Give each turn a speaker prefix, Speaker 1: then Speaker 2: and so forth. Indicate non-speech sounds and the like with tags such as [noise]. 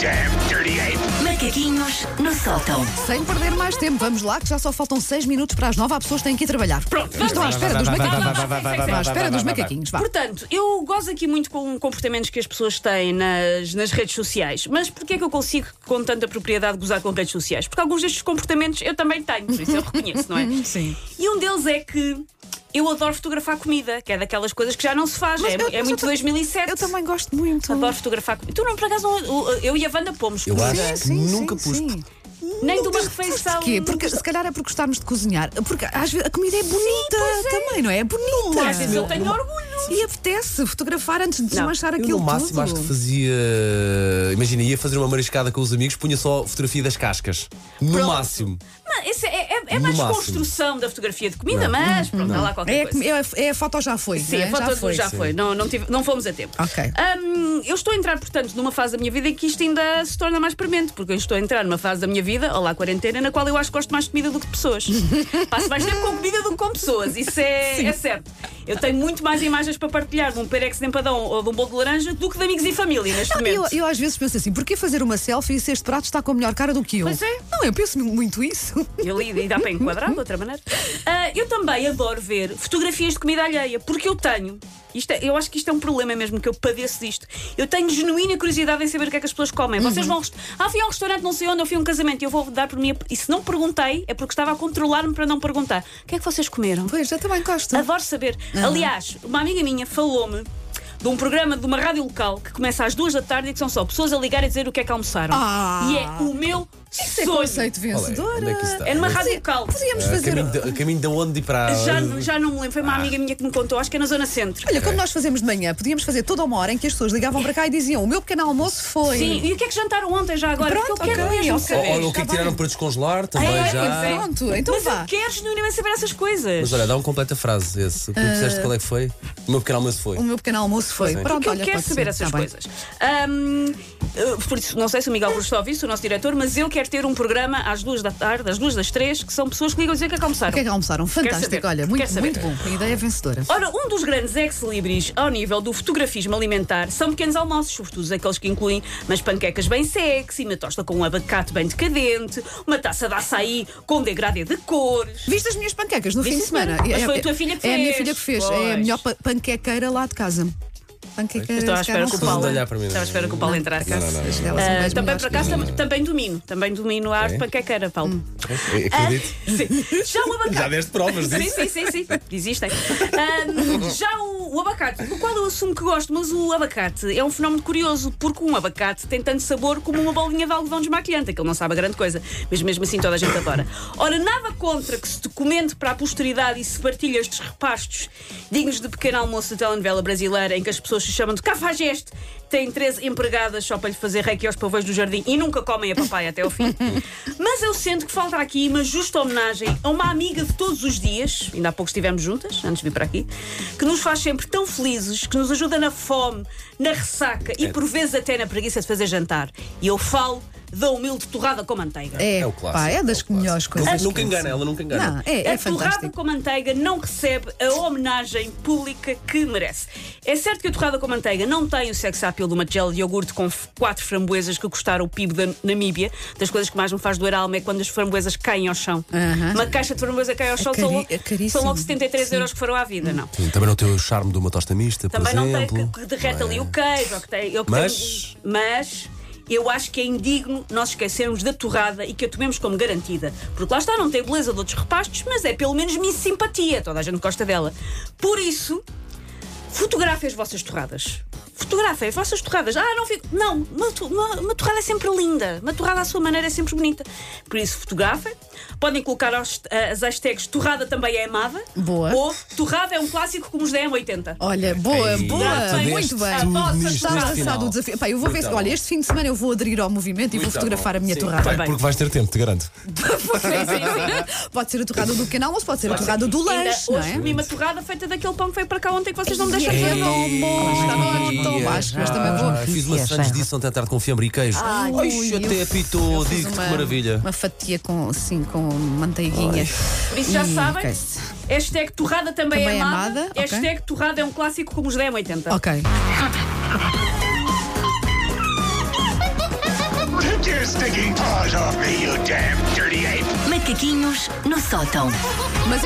Speaker 1: Damn dirty ape!
Speaker 2: Macaquinhos no sótão.
Speaker 3: Sem perder mais tempo, vamos lá, que já só faltam 6 minutos para as 9, há pessoas que têm que ir trabalhar. Pronto, Mas estão à espera dos macaquinhos. Estão à espera dos macaquinhos, vá.
Speaker 4: Portanto, eu gozo aqui muito com comportamentos que as pessoas têm nas, nas redes sociais. Mas porquê é que eu consigo, com tanta propriedade, gozar com redes sociais? Porque alguns destes comportamentos eu também tenho, por isso eu reconheço,
Speaker 3: [laughs]
Speaker 4: não é?
Speaker 3: Sim.
Speaker 4: E um deles é que eu adoro fotografar comida, que é daquelas coisas que já não se faz.
Speaker 3: Mas
Speaker 4: é
Speaker 3: eu-
Speaker 4: é
Speaker 3: mas eu
Speaker 4: muito
Speaker 3: tam-
Speaker 4: 2007.
Speaker 3: Eu também gosto muito.
Speaker 4: Adoro fotografar comida. Tu não, por acaso, não- eu e a Wanda pomos.
Speaker 5: Eu acho
Speaker 3: Sim,
Speaker 5: que
Speaker 3: sim,
Speaker 5: nunca
Speaker 3: sim,
Speaker 5: pus.
Speaker 3: sim.
Speaker 4: Nem de uma refeição.
Speaker 3: Porquê?
Speaker 4: nunca
Speaker 3: Porque se calhar é porque gostarmos de cozinhar. Porque às vezes a comida é bonita também, não é? É
Speaker 4: Às vezes eu
Speaker 3: bonita.
Speaker 4: tenho orgulho.
Speaker 3: E apetece fotografar antes de
Speaker 4: Não,
Speaker 3: desmanchar
Speaker 5: Eu
Speaker 3: aquilo
Speaker 5: no máximo
Speaker 3: tudo.
Speaker 5: acho que fazia. Imagina, ia fazer uma mariscada com os amigos, punha só fotografia das cascas. No
Speaker 4: Pronto.
Speaker 5: máximo.
Speaker 4: Não, esse é, é, é
Speaker 5: No
Speaker 4: mais
Speaker 5: máximo.
Speaker 4: construção da fotografia de comida, mas pronto, há lá qualquer
Speaker 3: É, a
Speaker 4: coisa.
Speaker 3: comi- é a- é a foto já foi.
Speaker 4: Sim,
Speaker 3: não é?
Speaker 4: a foto
Speaker 3: já
Speaker 4: do-
Speaker 3: foi.
Speaker 4: já foi. Não, não, tive- não fomos a tempo.
Speaker 3: Ok.
Speaker 4: Hum, eu estou a entrar, portanto, numa fase da minha vida em que isto ainda se torna mais premente, porque eu estou a entrar numa fase da minha vida, olá, quarentena, na qual eu acho que gosto mais de comida do que
Speaker 3: [laughs]
Speaker 4: de pessoas. Passo mais tempo com comida do que com pessoas, isso é, é certo. Eu tenho muito mais imagens para partilhar de um perex de empadão ou de um bolo de laranja do que de amigos e família neste
Speaker 3: Não, eu,
Speaker 4: momento.
Speaker 3: eu às vezes penso assim, porquê fazer uma selfie se este prato está com a melhor cara do que eu?
Speaker 4: Pois é.
Speaker 3: Não, eu penso muito isso.
Speaker 4: [laughs] Eu li e dá para enquadrar de outra maneira. [laughs] Ah, eu também adoro ver fotografias de comida alheia, porque eu tenho. Isto é- eu acho que isto é um problema mesmo, que eu padeço disto. Eu tenho genuína curiosidade em saber o que é que as pessoas comem. Vocês vão. ao rest- Ah, fui a um restaurante, não sei onde, eu fui a um casamento e eu vou dar por mim. a- E se não perguntei, é porque estava a controlar-me para não perguntar. O que é que vocês comeram?
Speaker 3: Pois, eu também gosto.
Speaker 4: Adoro saber. Aliás, uma amiga minha falou-me de um programa de uma rádio local que começa às duas da tarde e que são só pessoas a ligar e dizer o que é que almoçaram.
Speaker 3: Ah.
Speaker 4: E é o meu
Speaker 3: Isso é
Speaker 4: sonho.
Speaker 3: conceito vencedor.
Speaker 5: Olha, onde é que isso está?
Speaker 4: É numa
Speaker 5: Mas-
Speaker 4: rádio local.
Speaker 3: Podíamos
Speaker 5: Ah,
Speaker 3: fazer. um-
Speaker 5: Caminho de, caminho de onde
Speaker 3: [laughs]
Speaker 5: e para.
Speaker 4: Já, já não me lembro,
Speaker 5: ah.
Speaker 4: foi uma amiga minha que me contou, acho que é na Zona Centro.
Speaker 3: Olha, como nós fazemos de manhã, podíamos fazer toda uma hora em que as pessoas ligavam para cá e diziam: O meu pequeno almoço foi.
Speaker 4: Sim, e o que é que jantaram ontem já agora?
Speaker 3: Pronto,
Speaker 4: Porque eu quero
Speaker 3: ok,
Speaker 4: mesmo
Speaker 3: ok.
Speaker 5: Ou-
Speaker 4: saber.
Speaker 5: Olha o que é
Speaker 3: Está
Speaker 5: que
Speaker 3: tá
Speaker 5: tiraram
Speaker 3: bem.
Speaker 5: para descongelar também
Speaker 4: Ah, é,
Speaker 5: já.
Speaker 4: pois é.
Speaker 3: Pronto, então
Speaker 4: Mas
Speaker 3: vá.
Speaker 4: eu quero genuinamente saber essas coisas.
Speaker 5: Mas olha, dá uma completa frase
Speaker 3: Ah.
Speaker 5: esse. O que tu disseste qual é que foi? O meu pequeno almoço foi.
Speaker 3: O meu pequeno almoço foi.
Speaker 5: é.
Speaker 3: Pronto,
Speaker 4: Porque eu
Speaker 3: Então olha,
Speaker 4: quero
Speaker 3: pode
Speaker 4: saber
Speaker 3: ser.
Speaker 4: essas
Speaker 3: Tá bem.
Speaker 4: coisas. Hum, eh, por isso, não sei se o Miguel Cruz está a ouvir, se o nosso diretor, mas eu quero ter um programa às duas da tarde, às duas das três, que são pessoas que ligam dizer que é que
Speaker 3: O que é que
Speaker 4: almoçaram.
Speaker 3: almoçaram? Fantástico,
Speaker 4: saber.
Speaker 3: olha,
Speaker 4: Quero
Speaker 3: muito,
Speaker 4: saber.
Speaker 3: muito bom. A ideia é vencedora.
Speaker 4: Ora, um dos grandes ex-libris ao nível do fotografismo alimentar são pequenos almoços, sobretudo aqueles que incluem umas panquecas bem sexy, uma tosta com um abacate bem decadente, uma taça de açaí com degradê de cores.
Speaker 3: Viste as minhas panquecas no
Speaker 4: Vi,
Speaker 3: fim de
Speaker 4: sim,
Speaker 3: semana?
Speaker 4: senhora. Mas
Speaker 3: É-
Speaker 4: foi a tua filha que
Speaker 3: É a minha
Speaker 4: fez.
Speaker 3: filha que fez. É a
Speaker 4: Pois.
Speaker 3: melhor pa- panquequeira lá de casa. Panquequeira.
Speaker 4: Estava à
Speaker 3: se calhar,
Speaker 4: espera
Speaker 3: não
Speaker 4: que o
Speaker 3: sei.
Speaker 5: Paulo-
Speaker 4: Paulo.
Speaker 5: de olhar para mim, não é?
Speaker 4: Estava à espera que o Paulo entrasse.
Speaker 5: Não, não, não, não.
Speaker 3: Elas são bem
Speaker 4: Ah, também
Speaker 3: melhores
Speaker 4: por
Speaker 3: que é
Speaker 4: acaso tam- também domino, também domino a arte
Speaker 5: É?
Speaker 4: panquequeira, Paulo.
Speaker 5: Eu Acredito.
Speaker 4: Sim. Já o
Speaker 3: Ah.
Speaker 4: abacate.
Speaker 5: Já deste provas
Speaker 4: Sim,
Speaker 5: disso.
Speaker 4: sim, sim, sim. Existem. Ahm, já o, o abacate, do qual eu assumo que gosto, mas o abacate é um fenómeno curioso, porque um abacate tem tanto sabor como uma bolinha de algodão desmaquilhante, aquele não sabe a grande coisa, mas mesmo assim toda a gente adora. Ora, nada contra que se documente para a posteridade e se partilhe estes repastos dignos de pequeno almoço de telenovela brasileira, em que as pessoas se chamam de cafajeste, têm 13 empregadas só para lhe fazer reiki aos pavões do jardim e nunca comem a papai até ao fim. Mas eu sinto que falta aqui uma justa homenagem a uma amiga de todos os dias, ainda há pouco estivemos juntas, antes de vir para aqui, que nos faz sempre tão felizes, que nos ajuda na fome, na ressaca e por vezes até na preguiça de fazer jantar. E eu falo da humilde torrada com manteiga.
Speaker 3: É,
Speaker 5: É o clássico,
Speaker 3: pá, é das
Speaker 5: é o
Speaker 3: melhores
Speaker 5: clássico.
Speaker 3: coisas.
Speaker 5: Nunca- nunca
Speaker 3: que eu
Speaker 5: engana,
Speaker 3: sei.
Speaker 5: ela nunca engana.
Speaker 3: Não, é, é
Speaker 4: a torrada
Speaker 3: fantástico.
Speaker 4: com manteiga não recebe a homenagem pública que merece. É certo que a torrada com manteiga não tem o sex appeal de uma gel de iogurte com f- quatro framboesas que custaram o PIB da Namíbia. Das coisas que mais me faz doer a alma é quando as framboesas caem ao chão.
Speaker 3: Aham.
Speaker 4: Uma caixa de framboesa cai ao chão,
Speaker 3: cari-
Speaker 4: são, logo,
Speaker 3: é caríssimo.
Speaker 4: são logo 73 euros que foram à vida, não.
Speaker 5: Sim, Também não tem o charme de uma tosta mista, por
Speaker 4: Também não tem
Speaker 5: exemplo. é?
Speaker 4: que, que derreta ali o queijo. ou que tem- eu que
Speaker 5: Mas-
Speaker 4: tenho- mas eu acho que é indigno nós esquecermos da torrada e que a tomemos como garantida. Porque lá está, não tem beleza de outros repastos, mas é pelo menos minha simpatia. Toda a gente gosta dela. Por isso, fotografem as vossas torradas. Fotografem as vossas torradas. Ah, não fico. Não, uma, to- uma- uma torrada é sempre linda. Uma torrada à sua maneira é sempre bonita. Por isso, fotografem. Podem colocar as, as hashtags torrada também é amada.
Speaker 3: Boa.
Speaker 4: Ou torrada é um clássico como os da M80.
Speaker 3: Olha, boa,
Speaker 5: Ei,
Speaker 3: boa,
Speaker 5: tu
Speaker 3: muito
Speaker 5: deste
Speaker 3: bem.
Speaker 4: tudo
Speaker 3: Nossa,
Speaker 4: nisto,
Speaker 3: está
Speaker 5: neste
Speaker 3: lançado
Speaker 5: final.
Speaker 3: o desafio. Pá, eu vou ver se,
Speaker 5: Muito
Speaker 3: olha,
Speaker 5: bom.
Speaker 3: este fim de semana eu vou aderir ao movimento e vou
Speaker 5: Muito
Speaker 3: fotografar
Speaker 5: bom.
Speaker 3: a minha
Speaker 5: Sim.
Speaker 3: torrada.
Speaker 5: Vai,
Speaker 4: Bem.
Speaker 5: porque vais ter tempo, te garanto.
Speaker 3: Pode ser a torrada do pequeno almoço, pode ser a torrada do
Speaker 4: Ainda
Speaker 3: lanche, não
Speaker 4: hoje
Speaker 3: é?
Speaker 4: comi uma torrada feita daquele pão que veio para cá ontem que vocês não me deixam
Speaker 3: Ei,
Speaker 4: fazer.
Speaker 3: tão bom,
Speaker 5: É. Ai,
Speaker 3: tão baixo, mas também
Speaker 5: ah,
Speaker 3: vou.
Speaker 5: Fiz uma
Speaker 6: Sim,
Speaker 5: sandes
Speaker 6: sim.
Speaker 5: disso ontem à tarde com fiambre e queijo. Ai,
Speaker 3: Ui, eu
Speaker 5: até
Speaker 3: fiz- eu
Speaker 5: apitou,
Speaker 3: fiz
Speaker 5: digo-te que
Speaker 3: uma-
Speaker 5: maravilha.
Speaker 3: Uma fatia com, assim, com manteiguinha.
Speaker 4: Por isso já
Speaker 3: Ih,
Speaker 4: sabem.
Speaker 3: hum, ok.
Speaker 4: Hashtag torrada também,
Speaker 3: Também é
Speaker 4: é amada.
Speaker 3: amada, ok.
Speaker 4: Hashtag torrada é um clássico como os da M80.
Speaker 3: Ok.
Speaker 1: your stinking paws off me, you damn dirty ape!
Speaker 2: Macaquinhos no sótão.
Speaker 3: Mas